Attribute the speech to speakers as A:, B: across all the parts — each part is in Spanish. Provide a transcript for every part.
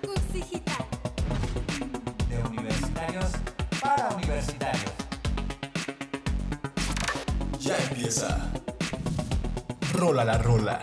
A: Cooks Digital.
B: De universitarios para universitarios.
C: Ya empieza. Rola la rola.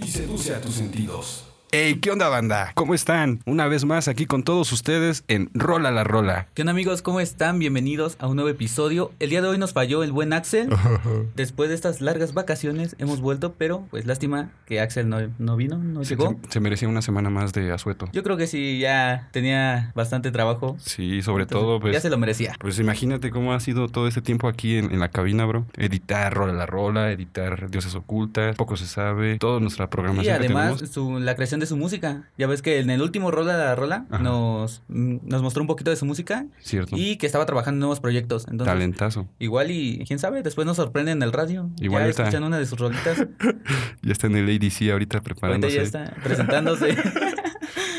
C: Y seduce a tus sentidos.
D: Hey, ¿qué onda, banda? ¿Cómo están? Una vez más aquí con todos ustedes en Rola la Rola.
E: ¿Qué onda amigos? ¿Cómo están? Bienvenidos a un nuevo episodio. El día de hoy nos falló el buen Axel.
D: Ah.
E: Después de estas largas vacaciones hemos vuelto, pero pues lástima que Axel no, no vino, no llegó.
D: Se, se merecía una semana más de asueto.
E: Yo creo que sí, ya tenía bastante trabajo.
D: Sí, sobre
E: Entonces,
D: todo, pues.
E: Ya se lo merecía.
D: Pues imagínate cómo ha sido todo este tiempo aquí en, en la cabina, bro. Editar Rola la Rola, editar Dioses Ocultas, poco se sabe, toda nuestra programación.
E: Y
D: que
E: además
D: tenemos.
E: su- la creación de su música. Ya ves que en el último Rola de la Rola
D: Ajá.
E: nos, mm, nos mostró un poquito de su música
D: Cierto.
E: y que estaba trabajando en nuevos proyectos. Entonces,
D: Talentazo.
E: igual y quién sabe, después nos sorprende en el radio.
D: Igual
E: ya
D: ahorita-
E: escuchan una de sus rolitas.
D: Ya está en el ADC ahorita
E: Ahorita
D: preparándose.
E: ya está presentándose.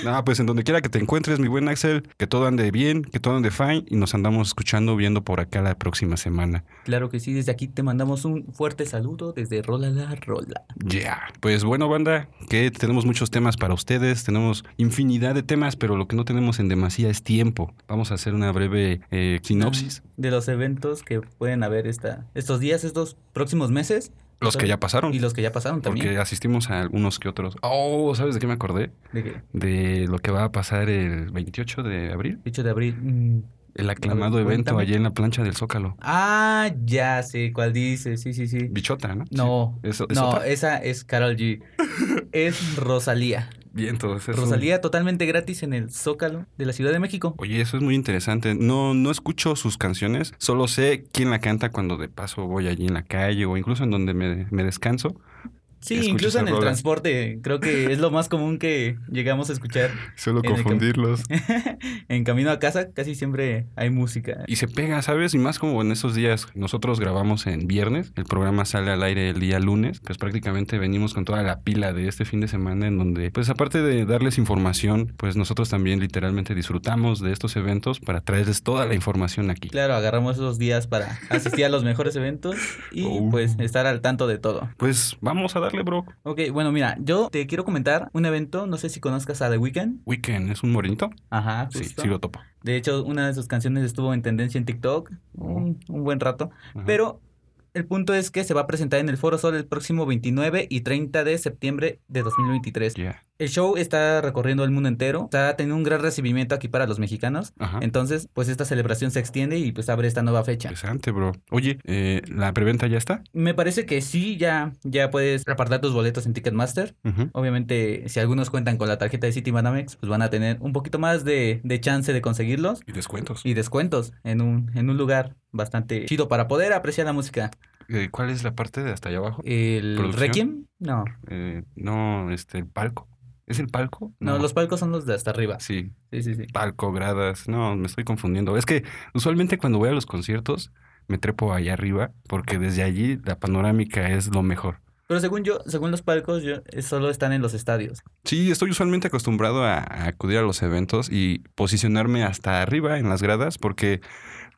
D: No, pues en donde quiera que te encuentres, mi buen Axel, que todo ande bien, que todo ande fine y nos andamos escuchando, viendo por acá la próxima semana.
E: Claro que sí, desde aquí te mandamos un fuerte saludo desde Rola la Rola.
D: Ya, pues bueno, banda, que tenemos muchos temas para ustedes, tenemos infinidad de temas, pero lo que no tenemos en demasía es tiempo. Vamos a hacer una breve eh, sinopsis,
E: Mm, De los eventos que pueden haber esta, estos días, estos próximos meses.
D: los que ya pasaron,
E: Ah, Y los que ya pasaron
D: porque
E: también.
D: asistimos a algunos que otros. Oh, ¿sabes de qué me acordé?
E: ¿De qué?
D: De lo que va a pasar el 28 de abril,
E: Dicho de abril. mm.
D: el aclamado
E: ver,
D: evento
E: cuéntame.
D: allá en la plancha del Zócalo.
E: Ah, ya sé cuál dice, sí, sí, sí.
D: Bichota, ¿no?
E: No,
D: Sí. Eso,
E: no, eh,
D: no,
E: esa es Carol G. es Rosalía.
D: bien, entonces. eso-
E: Rosalía totalmente gratis en el Zócalo de la Ciudad de México.
D: Oye, eso es muy interesante. No, no escucho sus canciones, solo sé quién la canta cuando de paso voy allí en la calle o incluso en donde me, me descanso.
E: Sí,
D: Escucha
E: incluso
D: esa
E: en el
D: rola.
E: transporte. Creo que es lo más común que llegamos a escuchar.
D: Suelo
E: En el cam-
D: confundirlos.
E: en camino a casa casi siempre hay música.
D: Y se pega, ¿sabes? Y más como en esos días, nosotros grabamos en viernes, el programa sale al aire el día lunes, pues prácticamente venimos con toda la pila de este fin de semana en donde, pues aparte de darles información, pues nosotros también literalmente disfrutamos de estos eventos para traerles toda la información aquí.
E: Claro, agarramos esos días para asistir a los mejores eventos y
D: Oh.
E: pues estar al tanto de todo.
D: Pues vamos a darle, bro.
E: Ok, bueno, mira, yo te quiero comentar un evento, no sé si conozcas a The Weeknd.
D: Weekend, ¿es un morenito?
E: Ajá,
D: Sí,
E: justo.
D: sí lo topo.
E: De hecho, una de sus canciones estuvo en tendencia en TikTok un, un buen rato.
D: Ajá.
E: Pero el punto es que se va a presentar en el Foro Sol el próximo 29 y 30 de septiembre de 2023.
D: Ya.
E: El show está recorriendo el mundo entero, está teniendo un gran recibimiento aquí para los mexicanos.
D: Ajá.
E: Entonces, pues esta celebración se extiende y pues abre esta nueva fecha.
D: Interesante, bro. Oye, eh, ¿la preventa ya está?
E: Me parece que sí, ya, ya puedes apartar tus boletos en Ticketmaster. Obviamente, si algunos cuentan con la tarjeta de Citibanamex, pues van a tener un poquito más de, de chance de conseguirlos
D: Y descuentos.
E: y descuentos en un, en un lugar bastante chido para poder apreciar la música.
D: Eh, ¿Cuál es la parte de hasta allá abajo?
E: ¿El
D: ¿Producción?
E: Requiem? No,
D: Eh, no, este, el palco. ¿Es el palco?
E: no, los palcos son los de hasta arriba.
D: Sí,
E: Sí, sí, sí.
D: palco, gradas. No, me estoy confundiendo. Es que usualmente cuando voy a los conciertos me trepo allá arriba porque desde allí la panorámica es lo mejor.
E: Pero según yo, según los palcos, yo, eh, solo están en los estadios.
D: Sí, estoy usualmente acostumbrado a, a acudir a los eventos y posicionarme hasta arriba en las gradas porque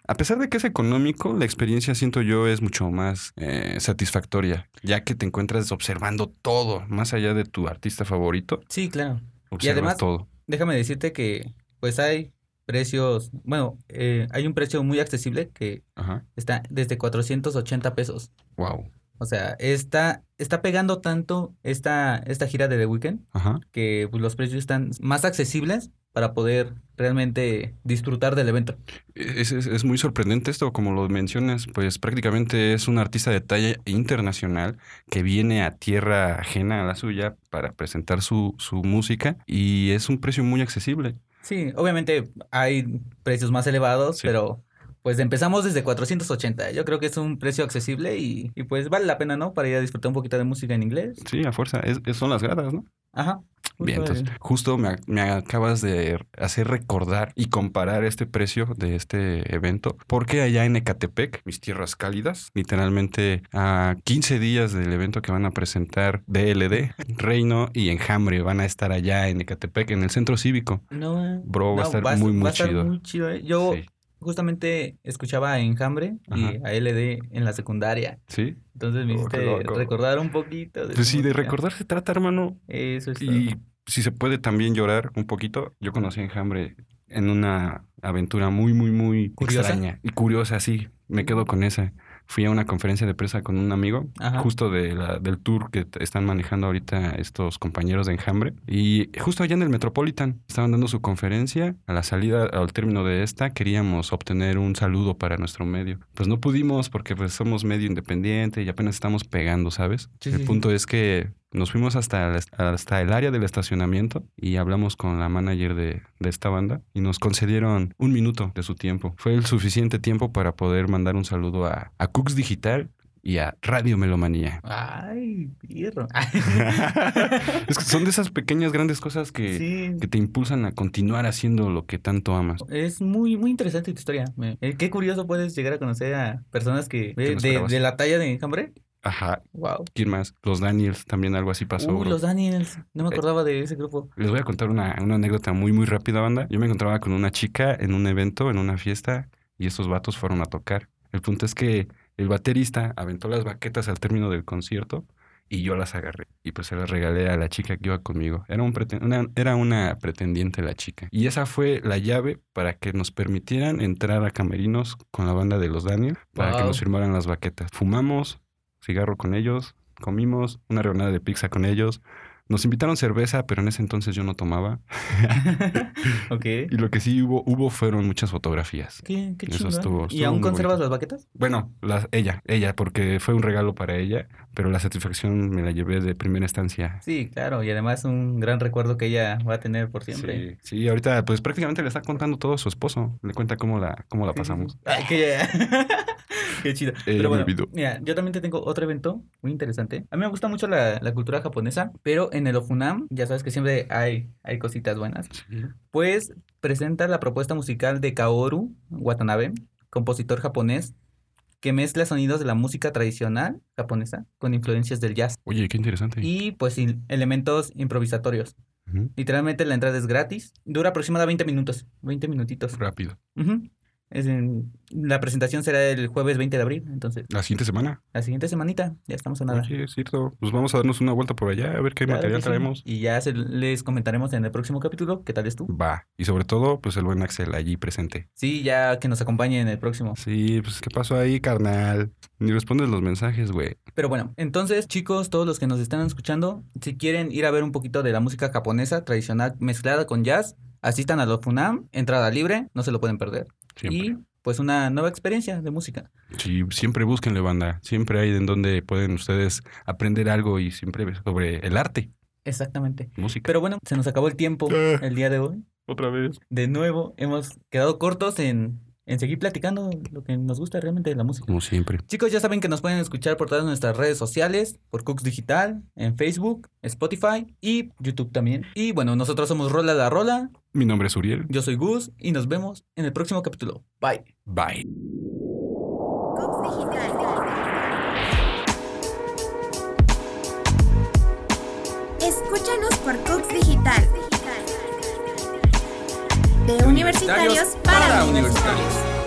D: a pesar de que es económico, la experiencia siento yo es mucho más eh, satisfactoria, ya que te encuentras observando todo, más allá de tu artista favorito,
E: Sí, claro.
D: observas
E: además-
D: todo.
E: Déjame decirte que pues hay precios, bueno, eh, hay un precio muy accesible que
D: Ajá.
E: está desde 480 pesos.
D: Wow.
E: O sea, está, está pegando tanto esta, esta gira de The Weeknd
D: Ajá.
E: que pues, los precios están más accesibles para poder realmente disfrutar del evento.
D: Es, es- es muy sorprendente esto, como lo mencionas, pues prácticamente es un artista de talla internacional que viene a tierra ajena a la suya para presentar su, su música y es un precio muy accesible.
E: Sí, obviamente hay precios más elevados,
D: Sí.
E: pero pues empezamos desde 480. Yo creo que es un precio accesible y, y, pues vale la pena, ¿no? Para ir a disfrutar un poquito de música en inglés.
D: Sí, a fuerza, es- es- son las gradas, ¿no?
E: Ajá.
D: Bien, entonces, justo me, ac- me acabas de hacer recordar y comparar este precio de este evento, porque allá en Ecatepec, mis tierras cálidas, literalmente a 15 días del evento que van a presentar DLD, Reino y Enjambre, van a estar allá en Ecatepec, en el centro cívico.
E: No, eh.
D: Bro, va a
E: no,
D: estar muy, muy
E: va a estar
D: chido.
E: muy chido, ¿eh? Yo
D: Sí.
E: justamente escuchaba a Enjambre y
D: Ajá.
E: a LD en la secundaria.
D: ¿Sí?
E: Entonces me
D: Oh, qué
E: hiciste
D: loco.
E: recordar un poquito.
D: Pues sí,
E: cómo
D: de
E: era.
D: recordar se trata, hermano.
E: Eso es todo.
D: Y si se puede también llorar un poquito. Yo conocí a Enjambre en una aventura muy, muy, muy
E: ¿Curiosa?
D: extraña y curiosa, sí. Me quedo con esa. Fui a una conferencia de prensa con un amigo,
E: Ajá.
D: justo de la- del tour que t- están manejando ahorita estos compañeros de Enjambre. Y justo allá en el Metropolitan estaban dando su conferencia. A la salida, al término de esta, queríamos obtener un saludo para nuestro medio. Pues no pudimos porque pues, somos medio independiente y apenas estamos pegando, ¿sabes?
E: Sí,
D: el
E: sí, sí.
D: punto es que nos fuimos hasta el, hasta el área del estacionamiento y hablamos con la manager de, de esta banda y nos concedieron un minuto de su tiempo. Fue el suficiente tiempo para poder mandar un saludo a, a Cooks Digital y a Radio Melomanía.
E: Ay, hierro.
D: es que son de esas pequeñas, grandes cosas que,
E: sí.
D: que te impulsan a continuar haciendo lo que tanto amas.
E: Es muy, muy interesante tu historia. Me- eh, Qué curioso puedes llegar a conocer a personas
D: Que
E: que eh,
D: no
E: de,
D: esperabas.
E: de la talla de enjambre.
D: Ajá.
E: Wow.
D: ¿Quién más? Los Daniels, también algo así pasó.
E: Uy,
D: bro.
E: Uh, los Daniels. No me
D: Ah, Eh.
E: acordaba de ese grupo.
D: Les voy a contar una, una anécdota muy, muy rápida, banda. Yo me encontraba con una chica en un evento, en una fiesta, y estos vatos fueron a tocar. El punto es que el baterista aventó las baquetas al término del concierto y yo las agarré. Y pues se las regalé a la chica que iba conmigo. Era, un preten- una, era una pretendiente la chica. Y esa fue la llave para que nos permitieran entrar a camerinos con la banda de los Daniel para que
E: Wow.
D: nos firmaran las baquetas. Fumamos cigarro con ellos, comimos una rebanada de pizza con ellos. Nos invitaron cerveza, pero en ese entonces yo no tomaba.
E: ok.
D: Y lo que sí hubo, hubo fueron muchas fotografías.
E: Qué, qué
D: Eso
E: chingón.
D: estuvo-
E: ¿Y
D: estuvo
E: aún
D: muy
E: conservas
D: bonito.
E: las baquetas?
D: Bueno, las- ella, ella, porque fue un regalo para ella, pero la satisfacción me la llevé de primera instancia.
E: Sí, claro. Y además un gran recuerdo que ella va a tener por siempre.
D: Sí, sí, ahorita pues prácticamente le está contando todo a su esposo. Le cuenta cómo la, cómo la
E: Sí, sí, sí.
D: pasamos.
E: Ay, qué, qué chido.
D: ya me
E: pero bueno,
D: olvidó.
E: mira, yo también te tengo otro evento muy interesante. A mí me gusta mucho la, la cultura japonesa, pero en el Ofunam, ya sabes que siempre hay, hay cositas buenas. Pues presenta la propuesta musical de Kaoru Watanabe, compositor japonés, que mezcla sonidos de la música tradicional japonesa con influencias del jazz
D: Oye, qué interesante.
E: y pues il- elementos improvisatorios.
D: Ujú.
E: Literalmente la entrada es gratis, dura aproximadamente 20 minutos, 20 minutitos.
D: Rápido.
E: Ujú. Es en- la presentación será el jueves 20 de abril, entonces
D: La siguiente semana.
E: la siguiente semanita ya estamos a nada.
D: Oye, es cierto. Pues vamos a darnos una vuelta por allá a ver qué
E: Claro
D: material
E: que sí.
D: traemos.
E: Y ya se- les comentaremos en el próximo capítulo qué tal es tú.
D: Va. Y sobre todo, pues el buen Axel allí presente.
E: Sí, ya que nos acompañe en el próximo.
D: Sí, pues ¿qué pasó ahí, carnal? Ni respondes los mensajes, güey.
E: Pero bueno, entonces chicos, todos los que nos están escuchando, si quieren ir a ver un poquito de la música japonesa tradicional mezclada con jazz, asistan a los Funam, entrada libre, no se lo pueden perder.
D: Siempre.
E: Y pues una nueva experiencia de música.
D: Sí, siempre búsquenle banda. Siempre hay en donde pueden ustedes aprender algo y siempre sobre el arte,
E: Exactamente.
D: música.
E: Pero bueno, se nos acabó el tiempo
D: Ah.
E: el día de hoy.
D: Otra vez.
E: de nuevo hemos quedado cortos en, en seguir platicando lo que nos gusta realmente de la música.
D: Como siempre.
E: Chicos, ya saben que nos pueden escuchar por todas nuestras redes sociales, por Cooks Digital, en Facebook, Spotify y YouTube también. Y bueno, nosotros somos Rola la Rola,
D: Mi nombre es Uriel.
E: yo soy Gus y nos vemos en el próximo capítulo. Bye.
D: Bye.
A: Cooks Digital. Escúchanos por Cooks Digital. De universitarios para universitarios.